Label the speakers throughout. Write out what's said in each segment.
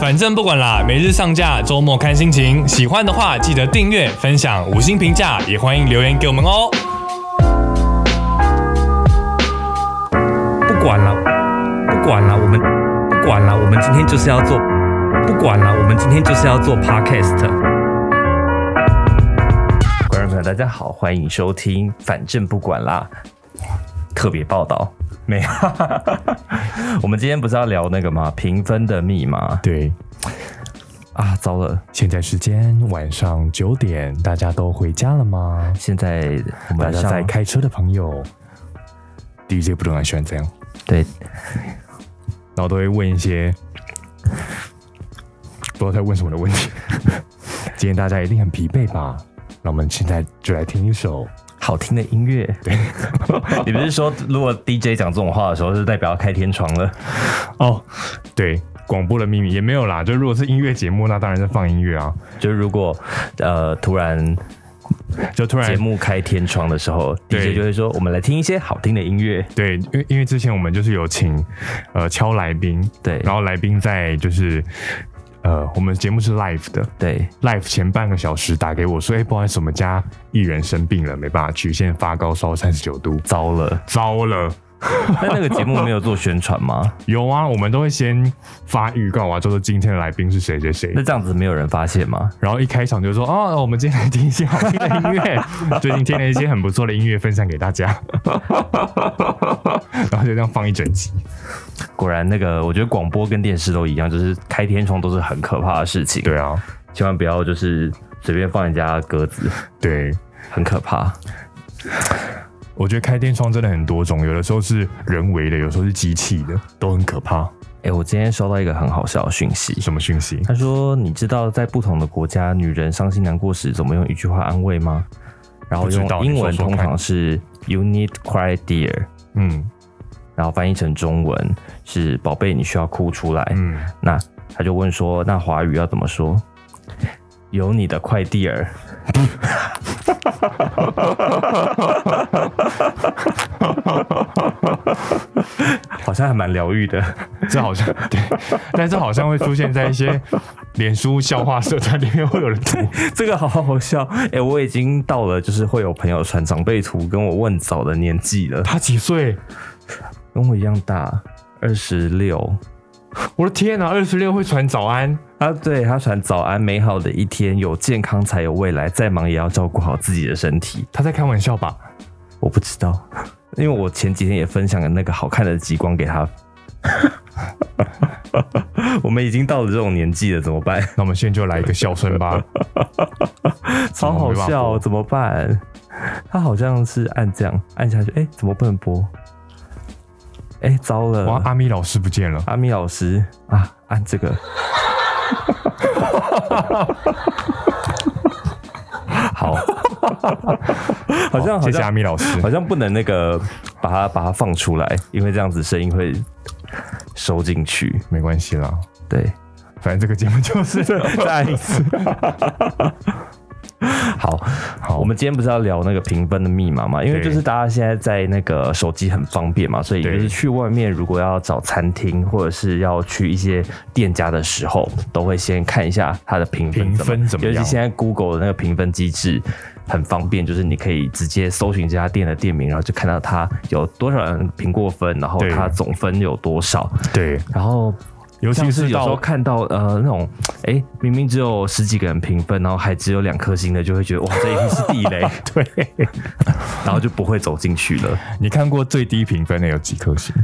Speaker 1: 反正不管啦，每日上架，周末看心情。喜欢的话记得订阅、分享、五星评价，也欢迎留言给我们哦。
Speaker 2: 不管了，不管了，我们不管了，我们今天就是要做，不管了，我们今天就是要做 podcast。观众朋友，大家好，欢迎收听，反正不管啦，特别报道。没有， 我们今天不是要聊那个吗？评分的密码
Speaker 1: 对，
Speaker 2: 啊！糟了，
Speaker 1: 现在时间晚上九点，大家都回家了吗？
Speaker 2: 现在我
Speaker 1: 大
Speaker 2: 们
Speaker 1: 家
Speaker 2: 上
Speaker 1: 在开车的朋友，DJ 不懂很喜欢这样，
Speaker 2: 对
Speaker 1: 然后都会问一些不知道在问什么的问题。 今天大家一定很疲惫吧？那我们现在就来听一首
Speaker 2: 好听的音乐。对，你不是说如果 DJ 讲这种话的时候，是代表要开天窗了？
Speaker 1: 哦，对，广播的秘密也没有啦。就如果是音乐节目，那当然是放音乐啊。
Speaker 2: 就是如果呃突然
Speaker 1: 就突
Speaker 2: 节
Speaker 1: 然
Speaker 2: 目开天窗的时候
Speaker 1: 哎对
Speaker 2: ，DJ 就会说：“我们来听一些好听的音乐。
Speaker 1: 对，因为因为之前我们就是有请呃敲来宾，
Speaker 2: 对
Speaker 1: 然后来宾在就是呃我们节目是 live 的”
Speaker 2: 对，
Speaker 1: ，live 前半个小时打给我说，哎、不好意思，我们家艺人生病了，没办法去，现在发高烧三十九度，
Speaker 2: 糟了。
Speaker 1: 糟了。
Speaker 2: 那那个节目没有做宣传吗？
Speaker 1: 有啊，我们都会先发预告啊，就是今天的来宾是谁谁谁
Speaker 2: 那，这样子没有人发现吗？
Speaker 1: 然后一开场就说哦，我们今天来听一些好听的音乐，最近听了一些很不错的音乐，分享给大家， 然后就这样放一整集。
Speaker 2: 果然，那个我觉得广播跟电视都一样，就是开天窗都是很可怕的事情。，
Speaker 1: 对啊，
Speaker 2: 千万不要就是随便放人家鸽子，
Speaker 1: 对，
Speaker 2: 很可怕。
Speaker 1: 我觉得开天窗真的很多种，有的时候是人为的，有时候是机器的，都很可怕。
Speaker 2: 哎、我今天收到一个很好笑的讯息，
Speaker 1: 什么讯息？
Speaker 2: 他说：“你知道在不同的国家，女人伤心难过时怎么用一句话安慰吗？”然后
Speaker 1: 不知
Speaker 2: 用
Speaker 1: 道
Speaker 2: 英
Speaker 1: 你
Speaker 2: 文
Speaker 1: 说说
Speaker 2: 通
Speaker 1: 看
Speaker 2: 常是 “You need cry, dear”，
Speaker 1: 嗯
Speaker 2: 然后翻译成中文是“宝贝，你需要哭出来”
Speaker 1: 嗯，
Speaker 2: 那他就问说：“那华语要怎么说？”有你的快递儿， 好像还蛮疗愈的。
Speaker 1: 这好像 对，但这好像会出现在一些脸书笑话社团里面会有人读。
Speaker 2: 这个好好笑，哎、我已经到了就是会有朋友传长辈图跟我问早的年纪了，
Speaker 1: 他几岁？
Speaker 2: 跟我一样大，二十六
Speaker 1: 我的天哪、啊二十六会传早安，
Speaker 2: 啊，对他传早安，美好的一天，有健康才有未来，再忙也要照顾好自己的身体。
Speaker 1: 他在开玩笑吧？
Speaker 2: 我不知道， 因为我前几天也分享了那个好看的极光给他。 我们已经到了这种年纪了，怎么 办？
Speaker 1: 那我们现在就来一个笑声 吧。
Speaker 2: 超好笑，怎么办？他好像是按这样按下去，哎、怎么不能播？哎、糟了！
Speaker 1: 哇，阿咪老师不见了。
Speaker 2: 阿米老师啊，按这个。好，好像好
Speaker 1: 谢谢阿
Speaker 2: 像
Speaker 1: 咪老师。
Speaker 2: 好像不能那个把它把它放出来，因为这样子声音会收进去。
Speaker 1: 没关系啦，
Speaker 2: 对，
Speaker 1: 反正这个节目就是这 样
Speaker 2: 再按一次。好，好，我们今天不是要聊那个评分的密码嘛？因为
Speaker 1: 对
Speaker 2: 就是大家现在在那个手机很方便嘛，所以就
Speaker 1: 对
Speaker 2: 是去外面如果要找餐厅或者是要去一些店家的时候，都会先看一下它的评分
Speaker 1: 评
Speaker 2: 怎么
Speaker 1: 分怎么
Speaker 2: 尤其
Speaker 1: 样
Speaker 2: 现在 Google 的那个评分机制很方便，就是你可以直接搜寻这家店的店名，然后就看到它有多少人评过分，然后
Speaker 1: 对
Speaker 2: 它总分有多少，
Speaker 1: 对，
Speaker 2: 然后
Speaker 1: 尤其
Speaker 2: 像是有时候
Speaker 1: 到
Speaker 2: 看到呃那种，哎、明明只有十几个人评分，然后还只有两颗星的，就会觉得哇，这一定是地 雷，
Speaker 1: 对，
Speaker 2: 然后就不会走进去了。
Speaker 1: 你看过最低评分的有几颗星？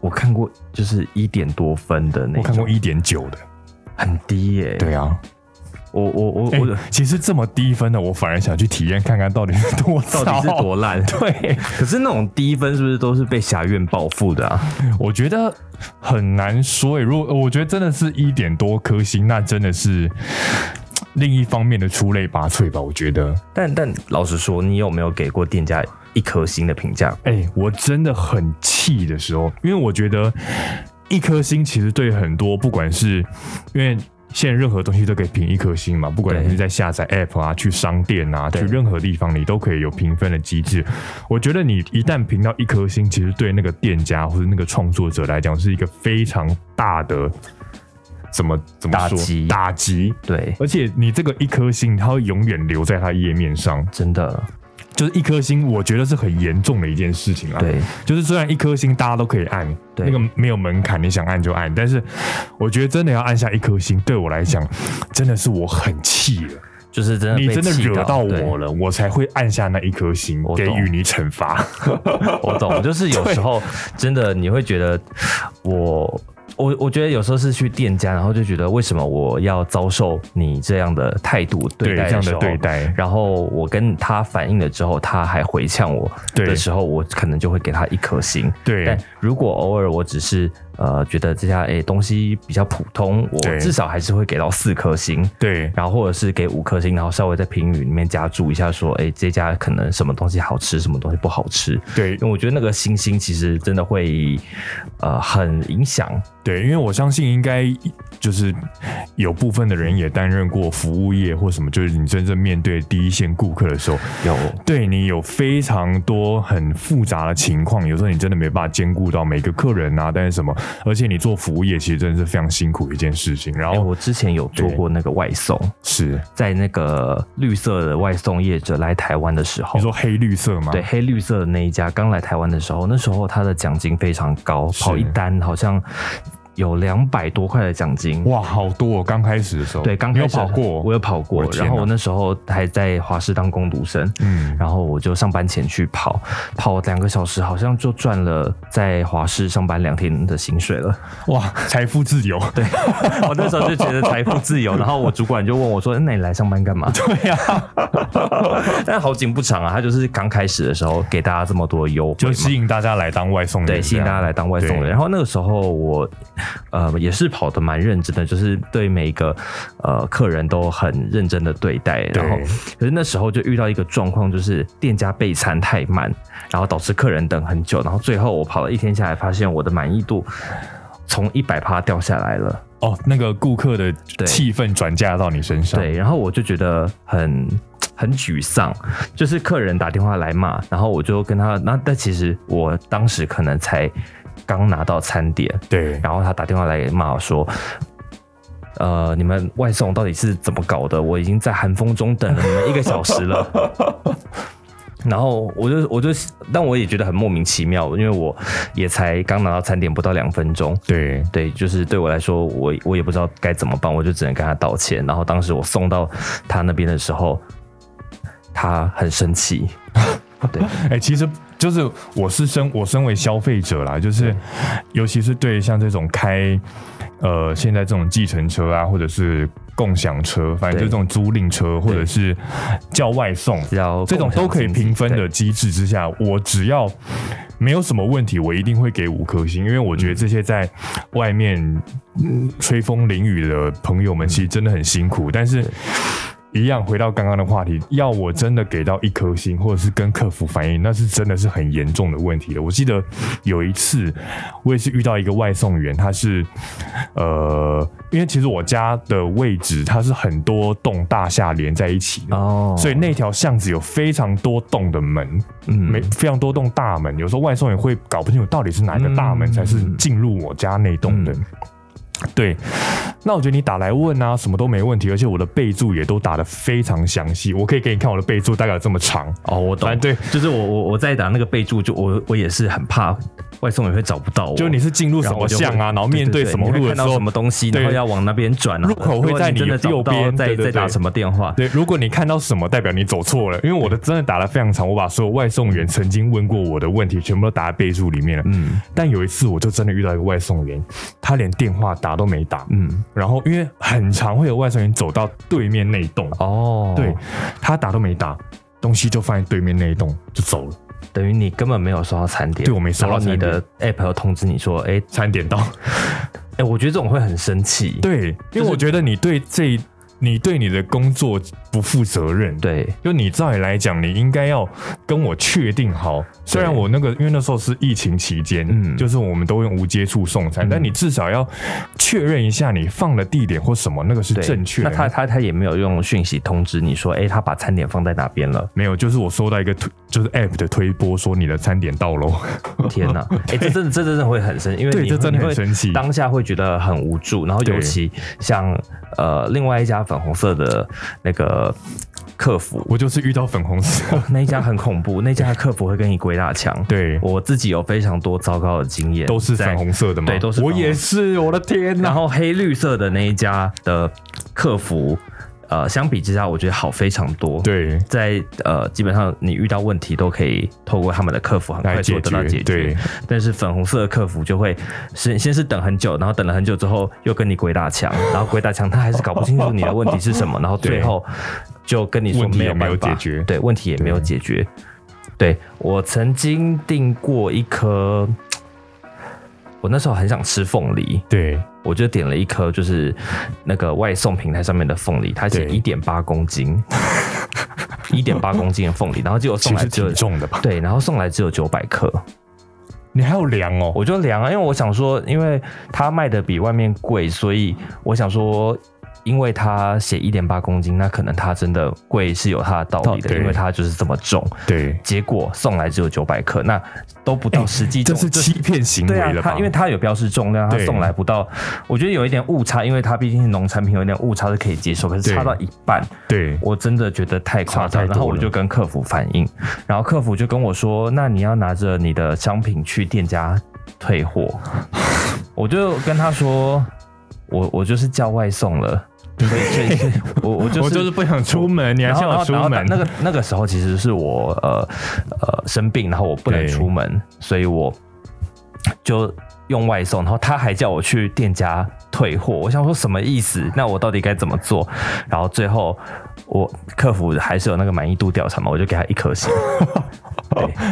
Speaker 2: 我看过就是一点多分的那
Speaker 1: 我看
Speaker 2: 种，
Speaker 1: 过一点九的。
Speaker 2: 很低耶、
Speaker 1: 对啊，
Speaker 2: 我我我
Speaker 1: 哎
Speaker 2: 我、
Speaker 1: 其实这么低分的，我反而想去体验看看到底是多少。
Speaker 2: 到底是多 烂？
Speaker 1: 对，
Speaker 2: 可是那种低分是不是都是被侠院报复的啊？
Speaker 1: 我觉得很难说诶、如果我觉得真的是一点多颗星，那真的是另一方面的出类拔萃吧。我觉得，
Speaker 2: 但但老实说，你有没有给过店家一颗星的评价？
Speaker 1: 哎、我真的很气的时候，因为我觉得一颗星其实对很多，不管是因为。现在任何东西都可以评一颗星嘛，不管你
Speaker 2: 对
Speaker 1: 是在下载 App 啊、去商店啊、去
Speaker 2: 对
Speaker 1: 任何地方，你都可以有评分的机制。我觉得你一旦评到一颗星，其实对那个店家或者那个创作者来讲是一个非常大的怎么怎么说
Speaker 2: 打击
Speaker 1: 打击，
Speaker 2: 对，
Speaker 1: 而且你这个一颗星，它会永远留在它页面上，
Speaker 2: 真的，
Speaker 1: 就是一颗星，我觉得是很严重的一件事情啊。
Speaker 2: 对，
Speaker 1: 就是虽然一颗星大家都可以按，
Speaker 2: 对
Speaker 1: 那个没有门槛，你想按就按，但是我觉得真的要按下一颗星，对我来讲，真的是我很气了，
Speaker 2: 就是真的
Speaker 1: 你
Speaker 2: 呃被
Speaker 1: 真的
Speaker 2: 气
Speaker 1: 惹到我
Speaker 2: 对
Speaker 1: 了，我才会按下那一颗星，
Speaker 2: 我
Speaker 1: 给
Speaker 2: 懂
Speaker 1: 予你惩罚。
Speaker 2: 我懂，就是有时候真的你会觉得我。我我觉得有时候是去店家，然后就觉得为什么我要遭受你这样的态度对
Speaker 1: 对
Speaker 2: 待
Speaker 1: 这样
Speaker 2: 时
Speaker 1: 的
Speaker 2: 候
Speaker 1: 对待，
Speaker 2: 然后我跟他反映了之后，他还回呛我
Speaker 1: 对
Speaker 2: 的时候，我可能就会给他一颗星。
Speaker 1: 对
Speaker 2: 但如果偶尔我只是呃觉得这家诶、东西比较普通，我
Speaker 1: 对
Speaker 2: 至少还是会给到四颗星，
Speaker 1: 对
Speaker 2: 然后或者是给五颗星，然后稍微在评语里面加注一下说，诶、这家可能什么东西好吃，什么东西不好吃。
Speaker 1: 对
Speaker 2: 因为我觉得那个星星其实真的会呃很影响，
Speaker 1: 对，因为我相信应该就是有部分的人也担任过服务业或什么，就是你真正面对第一线顾客的时候，
Speaker 2: 有
Speaker 1: 对你有非常多很复杂的情况，有时候你真的没办法兼顾到每个客人啊，但是什么，而且你做服务业其实真的是非常辛苦的一件事情。然
Speaker 2: 哎、
Speaker 1: 后
Speaker 2: 我之前有做
Speaker 1: 对
Speaker 2: 过那个外送，
Speaker 1: 是
Speaker 2: 在那个绿色的外送业者来台湾的时候
Speaker 1: 你，说黑绿色吗？
Speaker 2: 对，黑绿色的那一家刚来台湾的时候，那时候他的奖金非常高，
Speaker 1: 是
Speaker 2: 跑一单好像有两百多块的奖金。
Speaker 1: 哇，好多、哦！刚开始的时候，
Speaker 2: 对，刚
Speaker 1: 你
Speaker 2: 开
Speaker 1: 有
Speaker 2: 始
Speaker 1: 跑过，
Speaker 2: 我有跑过
Speaker 1: 我，的天
Speaker 2: 然后
Speaker 1: 哪
Speaker 2: 我那时候还在华师当工读生，
Speaker 1: 嗯，
Speaker 2: 然后我就上班前去跑，跑两个小时，好像就赚了在华师上班两天的薪水了。
Speaker 1: 哇，财富自 由，对
Speaker 2: 我那时候就觉得财富自由，然后我主管就问我说：“那你来上班干嘛
Speaker 1: 对啊，？”
Speaker 2: 但好景不长啊，他就是刚开始的时候给大家这么多优惠嘛，
Speaker 1: 就吸引大家来当外送员，
Speaker 2: 对，吸引大家来当外送
Speaker 1: 对
Speaker 2: 人。然后那个时候我，呃，也是跑的蛮认真的，就是对每一个呃客人都很认真的对待。
Speaker 1: 对
Speaker 2: 然后，可是那时候就遇到一个状况，就是店家备餐太慢，然后导致客人等很久。然后最后我跑了一天下来，发现我的满意度从一百趴掉下来了。
Speaker 1: 这样哦，那个顾客的
Speaker 2: 对
Speaker 1: 气氛转嫁到你身上，
Speaker 2: 对，然后我就觉得很很沮丧，就是客人打电话来骂，然后我就跟他，那但其实我当时可能才刚拿到餐点。
Speaker 1: 对
Speaker 2: 然后他打电话来骂我说。呃，你们外送到底是怎么搞的？我已经在寒风中等了你们一个小时了。 然后我就我就，但我也觉得很莫名其妙，因为我也才刚拿到餐点不到两分钟，
Speaker 1: 对
Speaker 2: 对，就是对我来说，我我也不知道该怎么办，我就只能跟他道歉。然后当时我送到他那边的时候，他很生气， 对，
Speaker 1: 哎、其实就是我是身我身为消费者啦，就是尤其是对像这种开呃现在这种计程车啊，或者是共享车，反正就这
Speaker 2: 对
Speaker 1: 种租赁车或者是叫外送，
Speaker 2: 要
Speaker 1: 这种都可以评分的机制之下，我只要没有什么问题，我一定会给五颗星，因为我觉得这些在外面、嗯吹风淋雨的朋友们，其实真的很辛苦，但是。一样回到刚刚的话题，要我真的给到一颗星，或者是跟客服反映，那是真的是很严重的问题了。我记得有一次，我也是遇到一个外送员，他是呃，因为其实我家的位置它是很多栋大厦连在一起的，
Speaker 2: 哦，
Speaker 1: 所以那条巷子有非常多栋的门，
Speaker 2: 嗯
Speaker 1: 每非常多栋大门。有时候外送也会搞不清楚到底是哪一个大门
Speaker 2: 嗯
Speaker 1: 才是进入我家那栋的。对，那我觉得你打来问啊，什么都没问题，而且我的备注也都打得非常详细，我可以给你看我的备注大概有这么长。
Speaker 2: 哦，我懂，
Speaker 1: 反正对，
Speaker 2: 就是我我我在打那个备注，就我我也是很怕外送员会找不到我，
Speaker 1: 就你是进入什
Speaker 2: 然后
Speaker 1: 么
Speaker 2: 我就会
Speaker 1: 巷啊，然后面对什么
Speaker 2: 你
Speaker 1: 路
Speaker 2: 会
Speaker 1: 的
Speaker 2: 看
Speaker 1: 时
Speaker 2: 到
Speaker 1: 候
Speaker 2: 什，么东西，
Speaker 1: 对
Speaker 2: 然后要往那边转啊，
Speaker 1: 入口会在你
Speaker 2: 如果真的找不到
Speaker 1: 右边
Speaker 2: 再
Speaker 1: 对对
Speaker 2: 再打
Speaker 1: 对
Speaker 2: 什么电话，
Speaker 1: 对，如果你看到什么，代表你走错了，因为我的真的打得非常长，我把所有外送员曾经问过我的问题全部都打在备注里面了。嗯，但有一次我就真的遇到一个外送员，他连电话打都没打，
Speaker 2: 嗯，
Speaker 1: 然后因为很常会有外送员走到对面那一栋，
Speaker 2: 哦，
Speaker 1: 对，他打都没打，东西就放在对面那一栋就走了，
Speaker 2: 等于你根本没有收到餐点，
Speaker 1: 对我没收到
Speaker 2: 然后你
Speaker 1: 餐点
Speaker 2: 的 app 要通知你说，哎
Speaker 1: 差点点 到。
Speaker 2: 哎，我觉得这种会很生气，
Speaker 1: 对，因为我觉得你对这，你对你的工作不负责任，
Speaker 2: 对
Speaker 1: 就你照理来讲，你应该要跟我确定好。虽然我那个，因为那时候是疫情期间，
Speaker 2: 嗯
Speaker 1: 就是我们都用无接触送餐，但你至少要确认一下你放的地点或什么，那个是
Speaker 2: 对，
Speaker 1: 正确的。
Speaker 2: 那他他他也没有用讯息通知你说，哎，他把餐点放在哪边了，
Speaker 1: 没有，就是我收到一个推就是 app 的推播说你的餐点到喽，
Speaker 2: 天哪！哎、这真的这真的会很生，因为
Speaker 1: 对
Speaker 2: 你
Speaker 1: 这
Speaker 2: 会
Speaker 1: 真的
Speaker 2: 你
Speaker 1: 很
Speaker 2: 会
Speaker 1: 生气
Speaker 2: 当下会觉得很无助，然后尤
Speaker 1: 对
Speaker 2: 其像呃另外一家粉红色的那个客服，
Speaker 1: 我就是遇到粉红色，
Speaker 2: 那一家很恐怖，那一家的客服会跟你鬼打墙。
Speaker 1: 对，
Speaker 2: 我自己有非常多糟糕的经验，
Speaker 1: 都是
Speaker 2: 在
Speaker 1: 粉红色的嘛，
Speaker 2: 对都是粉
Speaker 1: 我
Speaker 2: 红
Speaker 1: 也是，我的天
Speaker 2: 然
Speaker 1: 哪！
Speaker 2: 后黑绿色的那一家的客服，呃，相比之下，我觉得好非常多。，
Speaker 1: 对，
Speaker 2: 在呃，基本上你遇到问题都可以透过他们的客服很
Speaker 1: 来
Speaker 2: 快速
Speaker 1: 解
Speaker 2: 地得到
Speaker 1: 决，
Speaker 2: 解决。
Speaker 1: 对，
Speaker 2: 但是粉红色的客服就会先先是等很久，然后等了很久之后又跟你鬼打墙，然后鬼打墙他还是搞不清楚你的问题是什么，然后最后就跟你说
Speaker 1: 问题
Speaker 2: 没
Speaker 1: 也
Speaker 2: 有
Speaker 1: 没有
Speaker 2: 办法
Speaker 1: 解决
Speaker 2: 对，问题也没有解决。对我曾经订过一颗，我那时候很想吃凤梨，
Speaker 1: 对，
Speaker 2: 我就点了一颗，就是那个外送平台上面的凤梨，它是
Speaker 1: 对
Speaker 2: 一点八公斤，一 点八公斤的凤梨，然后结果送
Speaker 1: 其
Speaker 2: 来
Speaker 1: 实
Speaker 2: 只
Speaker 1: 挺
Speaker 2: 有
Speaker 1: 重的吧？
Speaker 2: 对，然后送来只有九百克，
Speaker 1: 你还有量哦，
Speaker 2: 我就量啊，因为我想说，因为它卖的比外面贵，所以我想说。因为它写一点八公斤，那可能它真的贵是有它的道理的，
Speaker 1: 对
Speaker 2: 因为它就是这么重。
Speaker 1: 对，
Speaker 2: 结果送来只有九百克，那都不到实际
Speaker 1: 哎这
Speaker 2: 重，
Speaker 1: 是欺骗行为
Speaker 2: 对啊
Speaker 1: 了，吧？
Speaker 2: 它因为它有标示重量，它
Speaker 1: 对
Speaker 2: 送来不到，我觉得有一点误差，因为它毕竟是农产品，有一点误差是可以接受，可是
Speaker 1: 对
Speaker 2: 差到一半，
Speaker 1: 对
Speaker 2: 我真的觉得太夸
Speaker 1: 差
Speaker 2: 张。
Speaker 1: 太多了
Speaker 2: 然后我就跟客服反映，然后客服就跟我说：“那你要拿着你的商品去店家退货。” 我就跟他说：“我我就是叫外送了。”所以，所以我我就是
Speaker 1: 我就是不想出门，你还
Speaker 2: 然后，
Speaker 1: 叫
Speaker 2: 然
Speaker 1: 我
Speaker 2: 后，
Speaker 1: 出
Speaker 2: 然后
Speaker 1: 门？
Speaker 2: 那个那个时候其实是我呃呃生病，然后我不能
Speaker 1: 对
Speaker 2: 出门，所以我就用外送，然后他还叫我去店家退货，我想说什么意思？那我到底该怎么做？然后最后我客服还是有那个满意度调查嘛，我就给他一颗星。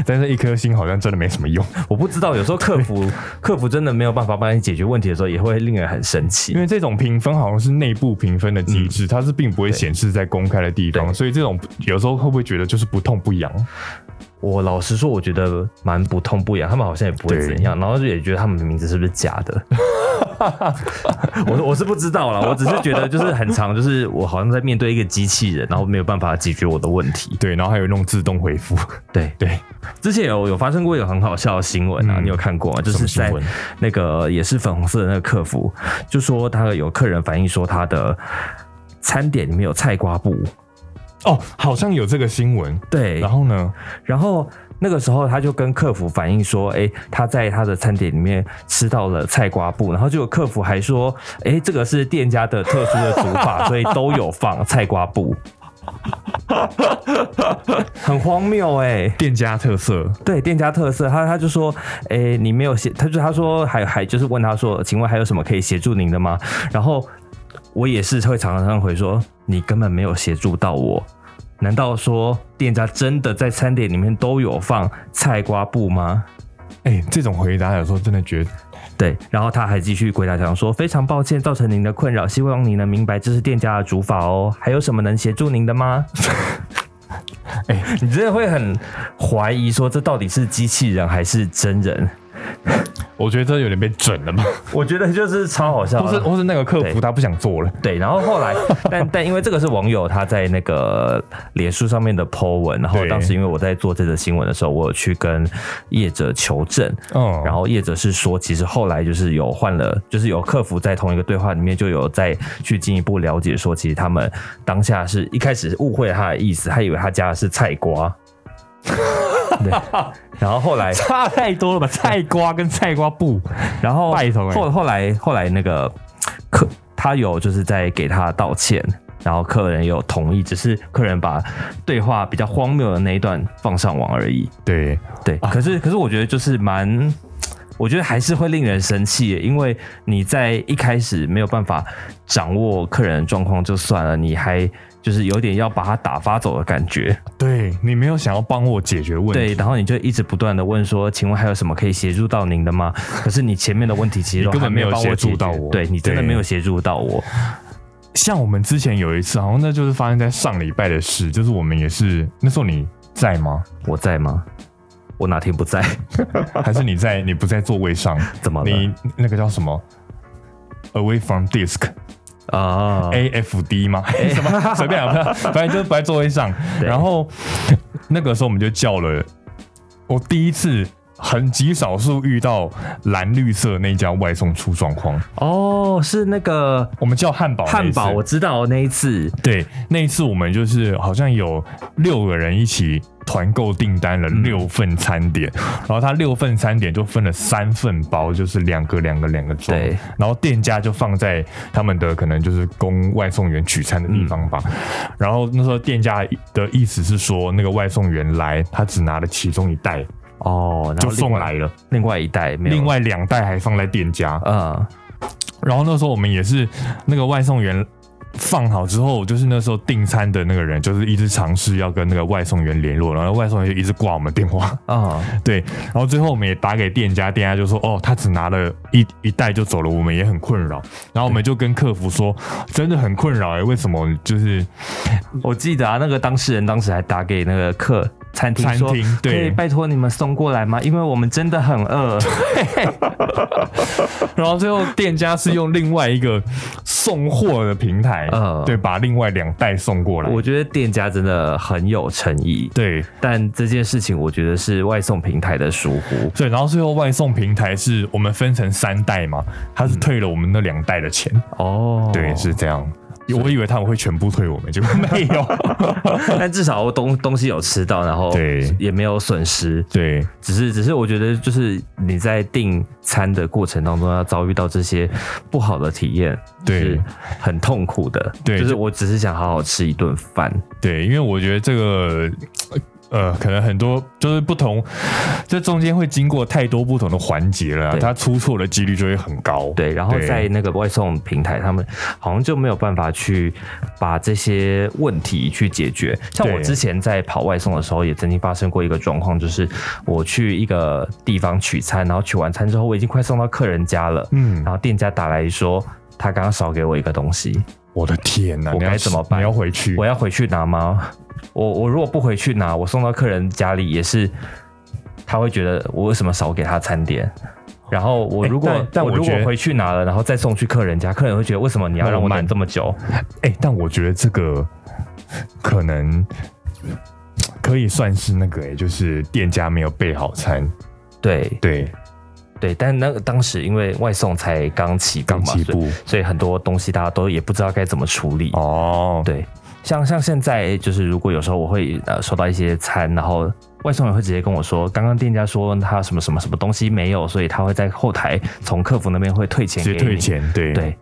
Speaker 1: 但是一颗心好像真的没什么用，
Speaker 2: 我不知道有时候客服客服真的没有办法帮你解决问题的时候，也会令人很生气
Speaker 1: 因。为这种评分好像是内部评分的机制，它是并不会显示在公开的地方，
Speaker 2: 嗯对
Speaker 1: 所以这种有时候会不会觉得就是不痛不痒？
Speaker 2: 我老实说，我觉得蛮不痛不痒，他们好像也不会
Speaker 1: 对
Speaker 2: 怎样，然后也觉得他们的名字是不是假的。 我我是不知道啦，我只是觉得就是很长，就是我好像在面对一个机器人，然后没有办法解决我的问题。
Speaker 1: 对，然后还有那种自动回复，
Speaker 2: 对，
Speaker 1: 对，
Speaker 2: 之前有有发生过一个很好笑的新闻啊，
Speaker 1: 嗯
Speaker 2: 你有看过吗？就
Speaker 1: 什么
Speaker 2: 是
Speaker 1: 新
Speaker 2: 在
Speaker 1: 闻
Speaker 2: 那个也是粉红色的那个客服，就说他有客人反映说他的餐点里面有菜瓜布，
Speaker 1: 哦，好像有这个新闻。
Speaker 2: 对，
Speaker 1: 然后呢？
Speaker 2: 然后那个时候他就跟客服反映说，哎，他在他的餐点里面吃到了菜瓜布，然后就有客服还说，哎，这个是店家的特殊的煮法，所以都有放菜瓜布，很荒谬哎、
Speaker 1: 店家特色，
Speaker 2: 对店家特色，他他就说，诶，你没有协，他就他说还还就是问他说，请问还有什么可以协助您的吗？然后我也是会常常回说，你根本没有协助到我。难道说店家真的在餐点里面都有放菜瓜布吗？
Speaker 1: 哎、这种回答有时候真的觉得，
Speaker 2: 对，然后他还继续回答讲说，非常抱歉造成您的困扰，希望您能明白这是店家的煮法哦。还有什么能协助您的 吗？
Speaker 1: 哎
Speaker 2: 你真的会很怀疑说这到底是机器人还是真人？
Speaker 1: 我觉得这有点被整了吧？
Speaker 2: 我觉得就是超好 笑
Speaker 1: 或是
Speaker 2: 的。
Speaker 1: 或是那个客服
Speaker 2: 对
Speaker 1: 他不想做了，
Speaker 2: 对，然后 后来，但但因为这个是网友他在那个脸书上面的 po 文，然后
Speaker 1: 对
Speaker 2: 当时因为我在做这则新闻的时候，我有去跟业者求证，
Speaker 1: 嗯，
Speaker 2: 然后业者是说，其实后来就是有换了，就是有客服在同一个对话里面就有再去进一步了解，说其实他们当下是一开始误会了他的意思，他以为他加的是菜 瓜，对，然后后来
Speaker 1: 差太多了吧？菜瓜跟菜瓜布，
Speaker 2: 然后
Speaker 1: 拜托欸
Speaker 2: 后后来后来那个客他有就是在给他道歉，然后客人也有同意，只是客人把对话比较荒谬的那一段放上网而已。
Speaker 1: 对，
Speaker 2: 对，可
Speaker 1: 啊
Speaker 2: 是可是我觉得就是蛮，我觉得还是会令人生气耶，因为你在一开始没有办法掌握客人的状况就算了，你还。就是有点要把他打发走的感觉，
Speaker 1: 对你没有想要帮我解决问题，
Speaker 2: 对，然后你就一直不断的问说，请问还有什么可以协助到您的 吗？可是你前面的问题其实
Speaker 1: 你
Speaker 2: 都
Speaker 1: 根本
Speaker 2: 还
Speaker 1: 没有
Speaker 2: 帮
Speaker 1: 协助
Speaker 2: 解决
Speaker 1: 到我
Speaker 2: 对你真的
Speaker 1: 对
Speaker 2: 没有协助到我，
Speaker 1: 像我们之前有一次，好像那就是发生在上礼拜的事，就是我们也是那时候你在吗？
Speaker 2: 我在吗？我哪天不在？
Speaker 1: 还是你在？你不在座位 上？
Speaker 2: 怎么了？
Speaker 1: 你那个叫什么？Away from disk
Speaker 2: 啊，
Speaker 1: 哎 AFD 吗？什么随便啊，反正就是不在座位上。
Speaker 2: 哎对
Speaker 1: 然后那个时候我们就叫了，我第一次很极少数遇到蓝绿色那家外送出状况，
Speaker 2: 哦，是那个
Speaker 1: 我们叫汉堡那一次，
Speaker 2: 汉堡，我知道那一次，
Speaker 1: 对，那一次我们就是好像有六个人一起团购订单
Speaker 2: 嗯
Speaker 1: 了六份餐点，然后他六份餐点就分了三份包，就是两个两个两个装
Speaker 2: 对，
Speaker 1: 然后店家就放在他们的可能就是供外送员取餐的地方
Speaker 2: 嗯
Speaker 1: 吧。然后那时候店家的意思是说，那个外送员来，他只拿了其中一袋
Speaker 2: 哦，然
Speaker 1: 就
Speaker 2: 后另
Speaker 1: 送
Speaker 2: 外
Speaker 1: 来了，
Speaker 2: 另外一袋，没有
Speaker 1: 另外两袋还放在店家。
Speaker 2: 嗯，
Speaker 1: 然后那时候我们也是那个外送员放好之后，就是那时候订餐的那个人，就是一直尝试要跟那个外送员联络，然后外送员就一直挂我们电话，
Speaker 2: 啊、
Speaker 1: 对，然后最后我们也打给店家，店家就说哦，他只拿了一一袋就走了，我们也很困扰，然后我们就跟客服说，真的很困扰哎、为什么就是
Speaker 2: 我记得啊，那个当事人当时还打给那个客餐厅
Speaker 1: 餐
Speaker 2: 说，
Speaker 1: 厅
Speaker 2: 可以
Speaker 1: 对，
Speaker 2: 拜托你们送过来吗？因为我们真的很饿。
Speaker 1: 然后最后店家是用另外一个送货的平台，
Speaker 2: 嗯
Speaker 1: 对，把另外两袋送过来，
Speaker 2: 我觉得店家真的很有诚意，
Speaker 1: 对，
Speaker 2: 但这件事情我觉得是外送平台的疏忽。
Speaker 1: 对，然后最后外送平台是我们分成三代嘛，他是退了我们那两代的钱，
Speaker 2: 嗯哦，
Speaker 1: 对，是这样。我以为他们会全部退我们，结果没 有。
Speaker 2: 但至少东东西有吃到，然后
Speaker 1: 对
Speaker 2: 也没有损失，
Speaker 1: 对，
Speaker 2: 只是只是我觉得就是你在订餐的过程当中要遭遇到这些不好的体验，
Speaker 1: 对
Speaker 2: 是很痛苦的。
Speaker 1: 对
Speaker 2: 就是
Speaker 1: 就
Speaker 2: 我只是想好好吃一顿饭。
Speaker 1: 对，因为我觉得这个。呃，可能很多就是不同，这中间会经过太多不同的环节了啊、
Speaker 2: 对
Speaker 1: 它出错的几率就会很高。
Speaker 2: 对，然后
Speaker 1: 对
Speaker 2: 在那个外送平台，他们好像就没有办法去把这些问题去解决。像我
Speaker 1: 对
Speaker 2: 之前在跑外送的时候，也曾经发生过一个状况，就是我去一个地方取餐，然后取完餐之后，我已经快送到客人家了，
Speaker 1: 嗯
Speaker 2: 然，后店家打来说。他刚刚少给我一个东西，
Speaker 1: 我的天哪，
Speaker 2: 我
Speaker 1: 你要
Speaker 2: 该怎么办
Speaker 1: 你要回去
Speaker 2: 我？要回去拿吗？我我如果不回去拿，我送到客人家里也是，他会觉得我为什么少给他餐点？然后我
Speaker 1: 哎
Speaker 2: 如果、
Speaker 1: 但但
Speaker 2: 我
Speaker 1: 我
Speaker 2: 如果
Speaker 1: 觉得
Speaker 2: 回去拿了，然后再送去客人家，客人会觉得为什么你要让我
Speaker 1: 那我
Speaker 2: 等
Speaker 1: 慢
Speaker 2: 这么久？
Speaker 1: 哎、但我觉得这个可能可以算是那个、哎，就是店家没有备好餐。
Speaker 2: 对
Speaker 1: 对，
Speaker 2: 对，但那个当时因为外送才刚起步嘛
Speaker 1: 刚起
Speaker 2: 所以，
Speaker 1: 步
Speaker 2: 所以很多东西大家都也不知道该怎么处理。
Speaker 1: 哦，
Speaker 2: 对，像像现在就是，如果有时候我会呃收到一些餐，然后外送员会直接跟我说，刚刚店家说他什么什么什么东西没有，所以他会在后台从客服那边会退钱
Speaker 1: 直
Speaker 2: 给
Speaker 1: 接
Speaker 2: 你。
Speaker 1: 退钱，对
Speaker 2: 对。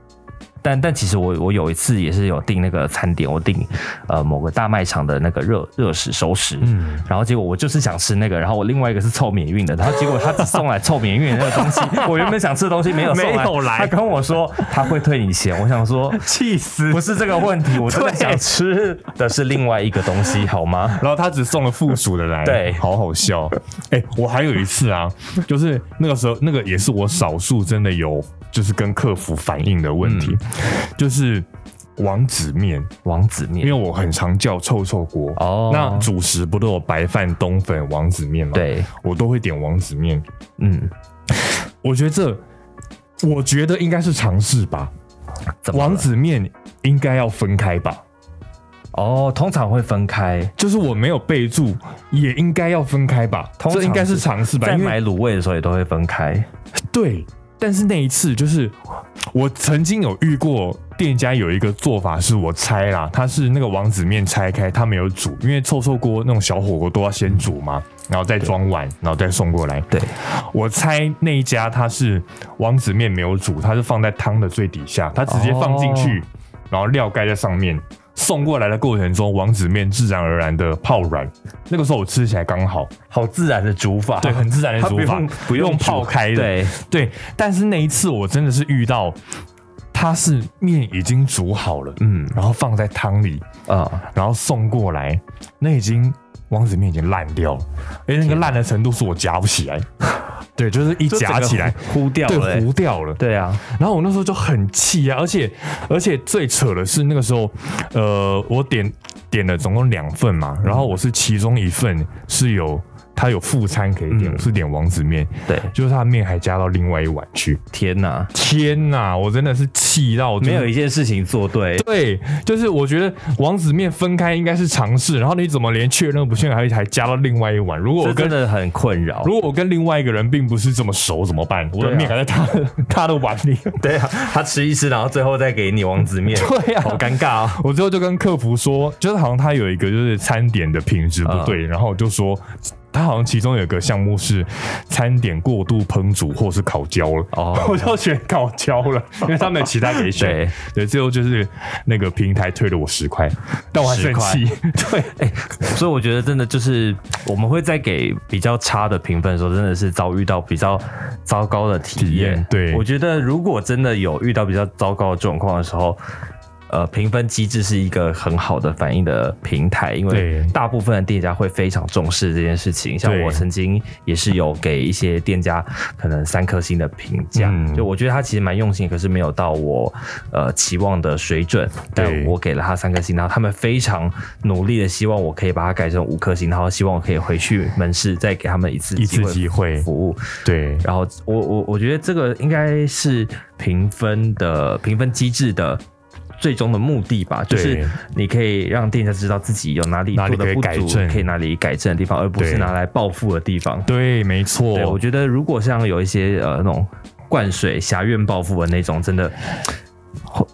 Speaker 2: 但但其实我我有一次也是有订那个餐点，我订呃某个大卖场的那个热热食熟食，
Speaker 1: 嗯，
Speaker 2: 然后结果我就是想吃那个，然后我另外一个是凑免运的，然后结果他只送来凑免运的那个 东西，我原本想吃的东西没有送来，
Speaker 1: 没有来
Speaker 2: 他跟我说他会退你钱，我想说
Speaker 1: 气死
Speaker 2: 不！是这个问题，我真的
Speaker 1: 对
Speaker 2: 想吃的是另外一个东西，好吗？
Speaker 1: 然后他只送了附属的来，
Speaker 2: 对
Speaker 1: 好好笑。哎、我还有一次 啊，就是那个时候，那个也是我少数真的有就是跟客服反映的问题，
Speaker 2: 嗯
Speaker 1: 就是王子面，
Speaker 2: 王子
Speaker 1: 因为
Speaker 2: 面
Speaker 1: 我很常叫臭臭锅。
Speaker 2: 哦，
Speaker 1: 那主食不都有白饭、冬粉、王子面吗？，
Speaker 2: 对，
Speaker 1: 我都会点王子面。
Speaker 2: 嗯，
Speaker 1: 我觉得这，我觉得应该是尝试吧。
Speaker 2: 怎么了
Speaker 1: 王子面应该要分开吧？
Speaker 2: 哦，通常会分开，
Speaker 1: 就是我没有备注，也应该要分开吧？
Speaker 2: 通常
Speaker 1: 这应该是尝试吧？
Speaker 2: 在
Speaker 1: 因
Speaker 2: 买
Speaker 1: 为
Speaker 2: 卤味的时候也都会分开，
Speaker 1: 对，但是那一次就是我曾经有遇过店家有一个做法，是我猜啦，他是那个王子面拆开，他没有煮，因为臭臭锅那种小火锅都要先煮嘛，然后再装碗，然后再送过来。
Speaker 2: 对，
Speaker 1: 我猜那一家他是王子面没有煮，他是放在汤的最底下，他直接放进去，然后料盖在上面。送过来的过程中，王子面自然而然的泡软，那个时候我吃起来刚好，
Speaker 2: 好自然的煮法，
Speaker 1: 对，很自然的
Speaker 2: 它
Speaker 1: 煮
Speaker 2: 不
Speaker 1: 法
Speaker 2: 用，不用煮
Speaker 1: 泡开的，
Speaker 2: 对，
Speaker 1: 对。但是那一次我真的是遇到，它是面已经煮好了，
Speaker 2: 嗯
Speaker 1: 然后放在汤里，
Speaker 2: 啊，
Speaker 1: 然后送过来，那已经王子面已经烂掉了，而且那个烂的程度是我夹不 起来，对，就是一
Speaker 2: 就整
Speaker 1: 夹
Speaker 2: 个
Speaker 1: 起来
Speaker 2: 糊掉
Speaker 1: 对
Speaker 2: 了欸，
Speaker 1: 糊掉了。
Speaker 2: 对啊，
Speaker 1: 然后我那时候就很气啊，而且而且最扯的是那个时候，呃，我点点了总共两份嘛，然后我是其中一份是有它有副餐可以点，
Speaker 2: 嗯
Speaker 1: 我是点王子面，
Speaker 2: 对，
Speaker 1: 就是它的面还加到另外一碗去。
Speaker 2: 天哪，天
Speaker 1: 天哪，我真的是气到就是
Speaker 2: 没有一件事情做对，
Speaker 1: 对，就是我觉得王子面分开应该是尝试，然后你怎么连确认不确认还还加到另外一碗？如果
Speaker 2: 这
Speaker 1: 我
Speaker 2: 真
Speaker 1: 跟
Speaker 2: 的很困扰。
Speaker 1: 如果我跟另外一个人并不是这么熟怎么办？我
Speaker 2: 对
Speaker 1: 的
Speaker 2: 啊
Speaker 1: 面还在 他的他的碗里，
Speaker 2: 对啊，他吃一吃，然后最后再给你王子面，
Speaker 1: 对啊
Speaker 2: 好尴尬哦。
Speaker 1: 我最后就跟客服说，就是好像他有一个就是餐点的品质不对，然后我就说他好像其中有一个项目是餐点过度烹煮或是烤焦了。
Speaker 2: 哦，
Speaker 1: 我就选烤焦了，因为他们有其他可以选。
Speaker 2: 对
Speaker 1: 对，最后就是那个平台退了我十块，但我还生气。 对，
Speaker 2: 所以我觉得真的就是我们会在给比较差的评分的时候，真的是遭遇到比较糟糕的体验。
Speaker 1: 体验对
Speaker 2: 我觉得如果真的有遇到比较糟糕的状况的时候。呃，评分机制是一个很好的反应的平台，因为
Speaker 1: 对
Speaker 2: 大部分的店家会非常重视这件事情。像
Speaker 1: 对
Speaker 2: 我曾经也是有给一些店家可能三颗星的评价，
Speaker 1: 嗯
Speaker 2: 就我觉得他其实蛮用心，可是没有到我呃期望的水准。但
Speaker 1: 对
Speaker 2: 我我给了他三颗星，然后他们非常努力的希望我可以把它改成五颗星，然后希望我可以回去门市再给他们一次
Speaker 1: 一次哎机会，
Speaker 2: 服务。
Speaker 1: 对，
Speaker 2: 然后我我我觉得这个应该是评分的评分机制的。最终的目的吧，就
Speaker 1: 对
Speaker 2: 是你可以让店家知道自己有哪里
Speaker 1: 哪里
Speaker 2: 做的
Speaker 1: 可以
Speaker 2: 不
Speaker 1: 改
Speaker 2: 足，
Speaker 1: 正
Speaker 2: 可以哪里改正的地方，而不是
Speaker 1: 对
Speaker 2: 拿来报复的地方。
Speaker 1: 对，没
Speaker 2: 对，
Speaker 1: 错
Speaker 2: 我，觉得如果像有一些呃那种灌水侠怨报复的那种，真的，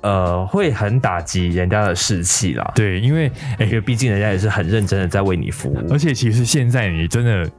Speaker 2: 呃，会很打击人家的士气啦。
Speaker 1: 对，呃因为哎
Speaker 2: 因，为毕竟人家也是很认真的在为你服务
Speaker 1: 而。且其实现在你真的，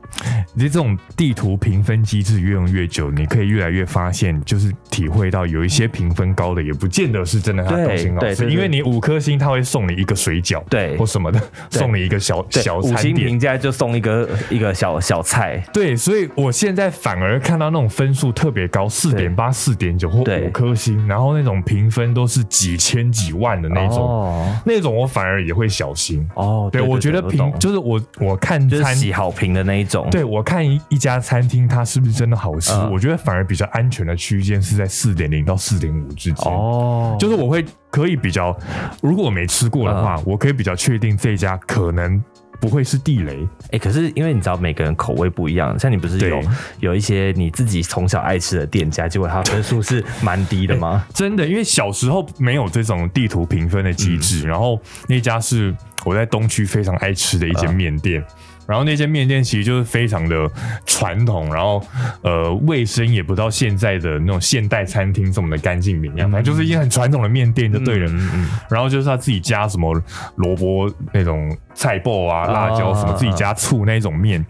Speaker 1: 你这种地图评分机制越用越久，你可以越来越发现，就是体会到有一些评分高的，也不见得是真的他
Speaker 2: 对
Speaker 1: 动心好
Speaker 2: 对对
Speaker 1: 事，
Speaker 2: 对
Speaker 1: 因为你五颗星他会送你一个水饺，
Speaker 2: 对
Speaker 1: 或什么的，
Speaker 2: 对
Speaker 1: 送你一个小
Speaker 2: 对
Speaker 1: 小
Speaker 2: 五
Speaker 1: 餐
Speaker 2: 星
Speaker 1: 点。
Speaker 2: 评价就送一个一个小小菜，
Speaker 1: 对，所以我现在反而看到那种分数特别高，四点八、四点九或
Speaker 2: 对
Speaker 1: 五颗星，然后那种评分都是几千几万的那种，
Speaker 2: 哦
Speaker 1: 那种我反而也会小心。
Speaker 2: 哦，
Speaker 1: 对，我觉得
Speaker 2: 懂
Speaker 1: 评就是我我看
Speaker 2: 就是
Speaker 1: 餐
Speaker 2: 洗好评的那一种，
Speaker 1: 对，我看一一家餐厅它是不是真的好吃，
Speaker 2: 嗯
Speaker 1: 我觉得反而比较安全的区间是在四点零到四点五之间。
Speaker 2: 哦，
Speaker 1: 就是我会可以比较，如果我没吃过的话，
Speaker 2: 嗯
Speaker 1: 我可以比较确定这家可能不会是地雷。
Speaker 2: 哎，可是因为你知道每个人口味不一样，像你不是有
Speaker 1: 对
Speaker 2: 有一些你自己从小爱吃的店家，结果他分数是蛮低的吗？
Speaker 1: 真的，因为小时候没有这种地图评分的机
Speaker 2: 嗯
Speaker 1: 制，然后那家是我在东区非常爱吃的一间面店。然后那间面店其实就是非常的传统，然后呃卫生也不到现在的那种现代餐厅这么的干净明亮，反正就是一间很传统的面店就对了。
Speaker 2: 嗯嗯
Speaker 1: 然后就是他自己加什么萝卜那种菜爆啊、辣
Speaker 2: 啊
Speaker 1: 椒什么，自己加醋那种面。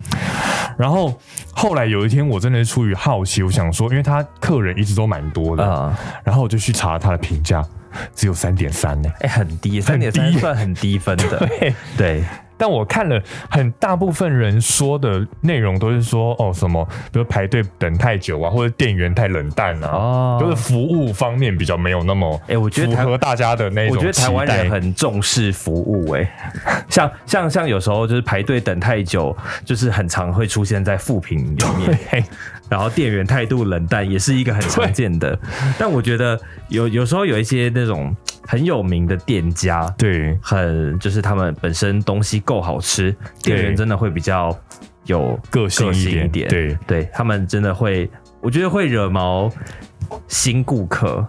Speaker 1: 然后后来有一天，我真的出于好奇，我想说，因为他客人一直都蛮多的，
Speaker 2: 啊，
Speaker 1: 然后我就去查他的评价，只有三点三呢。
Speaker 2: 哎，很低，三点三
Speaker 1: 低
Speaker 2: 算很低分的，
Speaker 1: 对，
Speaker 2: 对，
Speaker 1: 但我看了很大部分人说的内容都是说哦什么，比如排队等太久啊，或者店员太冷淡啊，
Speaker 2: 哦
Speaker 1: 就是服务方面比较没有那么，
Speaker 2: 哎我觉得
Speaker 1: 符
Speaker 2: 台
Speaker 1: 合大家的那种
Speaker 2: 我觉得台湾
Speaker 1: 期待
Speaker 2: 人很重视服务、欸，像像像有时候就是排队等太久，就是很常会出现在副评里面，
Speaker 1: 嘿
Speaker 2: 然后店员态度冷淡也是一个很常见的。但我觉得有有时候有一些那种很有名的店家，
Speaker 1: 对
Speaker 2: 很就是他们本身东西够好吃，店员真的会比较有
Speaker 1: 个性一点
Speaker 2: 一
Speaker 1: 对
Speaker 2: 对他们真的会，我觉得会惹毛新顾客。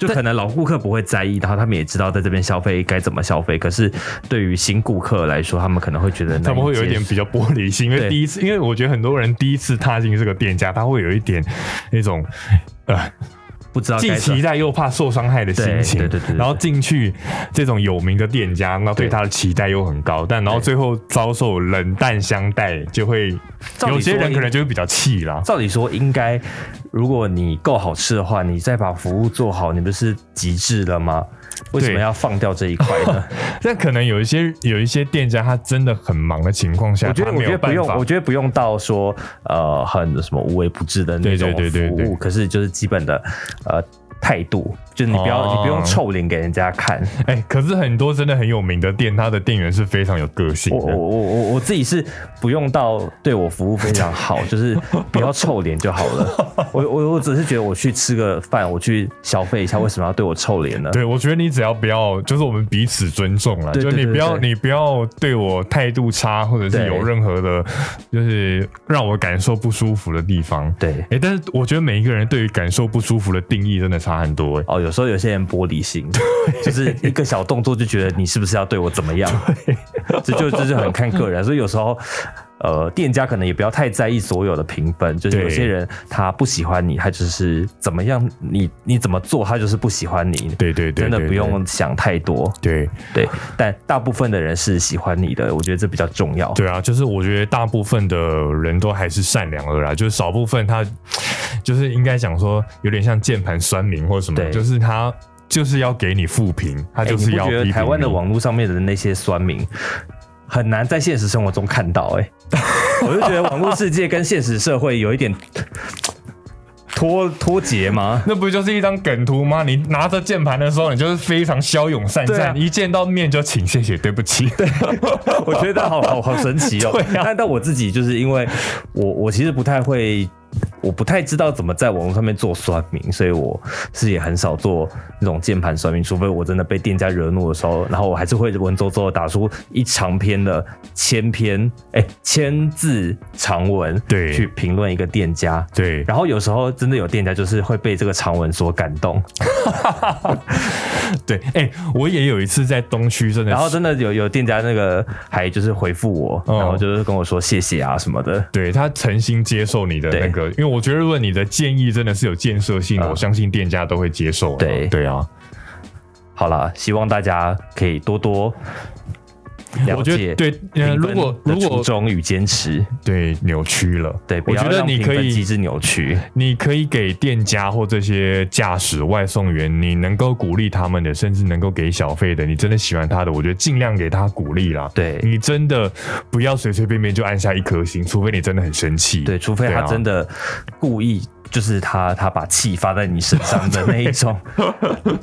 Speaker 2: 就可能老顾客不会在意，然后他们也知道在这边消费该怎么消费。可是对于新顾客来说，他们可能会觉得
Speaker 1: 他们会有一
Speaker 2: 难以
Speaker 1: 点
Speaker 2: 接
Speaker 1: 比较玻璃心，因
Speaker 2: 对
Speaker 1: 为第一次，因为我觉得很多人第一次踏进这个店家，他会有一点那种呃
Speaker 2: 受不知道
Speaker 1: 既
Speaker 2: 该怎
Speaker 1: 期
Speaker 2: 么
Speaker 1: 待又怕受伤害的心情，
Speaker 2: 对对对对对
Speaker 1: 然后进去这种有名的店家，那对
Speaker 2: 对
Speaker 1: 他的期待又很高，但然后
Speaker 2: 对
Speaker 1: 最后遭受冷淡相待，就会
Speaker 2: 照理
Speaker 1: 有些
Speaker 2: 说
Speaker 1: 人
Speaker 2: 应
Speaker 1: 可能就会比较气啦。
Speaker 2: 照理说应该，如果你够好吃的话，你再把服务做好，你不是极致了吗？为什么
Speaker 1: 对
Speaker 2: 要放掉这一块呢？
Speaker 1: 但可能有一些有一些店家，他真的很忙的情况下，
Speaker 2: 我觉
Speaker 1: 啊
Speaker 2: 得
Speaker 1: 他
Speaker 2: 我
Speaker 1: 没
Speaker 2: 觉
Speaker 1: 有
Speaker 2: 得不
Speaker 1: 办
Speaker 2: 用，
Speaker 1: 法
Speaker 2: 我。觉得不用到说呃很什么无微不至的那种服务，
Speaker 1: 对对对对对
Speaker 2: 可是就是基本的呃态度，就是你不要、
Speaker 1: 哦
Speaker 2: 你不用臭脸给人家看。
Speaker 1: 哎、可是很多真的很有名的店，它的店员是非常有个性
Speaker 2: 我
Speaker 1: 的
Speaker 2: 我。我我我自己是不用到对我服务非 常好，就是不要臭脸就好了。我我我只是觉得我去吃个饭，我去消费一下，为什么要对我臭脸呢？
Speaker 1: 对，我觉得你只要不要，就是我们彼此尊重啦，
Speaker 2: 对
Speaker 1: 就
Speaker 2: 对
Speaker 1: 你
Speaker 2: 对
Speaker 1: 不要，
Speaker 2: 对
Speaker 1: 你不要对我态度差，或者是
Speaker 2: 对
Speaker 1: 有任何的，就是让我感受不舒服的地方。
Speaker 2: 对
Speaker 1: 哎、但是我觉得每一个人对于感受不舒服的定义真的差很多、欸。
Speaker 2: 哦，有时候有些人玻璃心， 就是一个小动作就觉得你是不是要对我怎么样，这就这就很看个人，所以有时候。呃，店家可能也不要太在意所有的评分，就是
Speaker 1: 对
Speaker 2: 有些人他不喜欢你，他就是怎么样，你你怎么做，他就是不喜欢你，
Speaker 1: 对对对
Speaker 2: 真的
Speaker 1: 对
Speaker 2: 不用想太多，
Speaker 1: 对
Speaker 2: 对。但大部分的人是喜欢你的，我觉得这比较重要。
Speaker 1: 对啊，就是我觉得大部分的人都还是善良的啦，就是少部分他就是应该讲说有点像键盘酸民或什么，
Speaker 2: 对
Speaker 1: 就是他就是要给你负评，他
Speaker 2: 哎
Speaker 1: 就是
Speaker 2: 你
Speaker 1: 要
Speaker 2: 不
Speaker 1: 批
Speaker 2: 觉
Speaker 1: 评
Speaker 2: 得
Speaker 1: 你。
Speaker 2: 台湾的网络上面的那些酸民很难在现实生活中看到、 欸？哎，我就觉得网络世界跟现实社会有一点脱脱节吗？
Speaker 1: 那不就是一张梗图吗？你拿着键盘的时候，你就是非常骁勇善
Speaker 2: 对
Speaker 1: 战，
Speaker 2: 啊
Speaker 1: 一见到面就请谢谢对不起。对，
Speaker 2: 我觉得好好好神奇 哦、
Speaker 1: 啊
Speaker 2: 但但我自己就是因为我我其实不太会。我不太知道怎么在网络上面做酸民，所以我是也很少做那种键盘酸民，除非我真的被店家惹怒的时候，然后我还是会文绉绉地打出一长篇的千篇哎、千字长文，
Speaker 1: 对
Speaker 2: 去评论一个店家。
Speaker 1: 对啊
Speaker 2: 然后有时候真的有店家就是会被这个长文所感动，
Speaker 1: 对，哎、我也有一次在东区，真的是，
Speaker 2: 然后真的有有店家那个还就是回复我，
Speaker 1: 哦
Speaker 2: 然后就是跟我说谢谢啊什么的。
Speaker 1: 对他诚心接受你的那个，因为我觉得如果你的建议真的是有建设性，
Speaker 2: 嗯
Speaker 1: 我相信店家都会接受啊。
Speaker 2: 对
Speaker 1: 对啊，
Speaker 2: 好啦，希望大家可以多多了
Speaker 1: 我觉得
Speaker 2: 解。
Speaker 1: 对，呃，如果如果
Speaker 2: 初衷与坚持，
Speaker 1: 对扭曲了，
Speaker 2: 对，不
Speaker 1: 我
Speaker 2: 要
Speaker 1: 觉得
Speaker 2: 让
Speaker 1: 你
Speaker 2: 评
Speaker 1: 可
Speaker 2: 分机
Speaker 1: 以，
Speaker 2: 制扭曲。
Speaker 1: 你可以给店家或这些驾驶外送员，你能够鼓励他们的，甚至能够给小费的，你真的喜欢他的，我觉得尽量给他鼓励啦。
Speaker 2: 对
Speaker 1: 你真的不要随随便便就按下一颗星，除非你真的很生气。
Speaker 2: 对，除非
Speaker 1: 对
Speaker 2: 他
Speaker 1: 啊
Speaker 2: 真的故意，就是他他把气发在你身上的那 一种，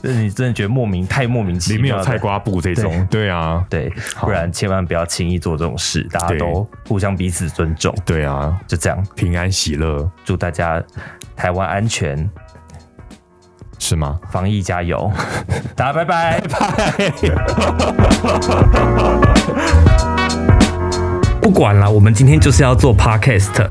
Speaker 2: 就是你真的觉得莫名太莫名其
Speaker 1: 里面
Speaker 2: 妙
Speaker 1: 有
Speaker 2: 了。
Speaker 1: 菜瓜布这种，对啊，
Speaker 2: 对，不然千万不要轻易做这种事，大家
Speaker 1: 对
Speaker 2: 都互相彼此尊重，
Speaker 1: 对啊，
Speaker 2: 就这样。
Speaker 1: 平安喜乐
Speaker 2: 祝大家台湾安全，
Speaker 1: 是 吗？
Speaker 2: 防疫 加油，大家拜拜。不管了，我们今天就是要做 podcast。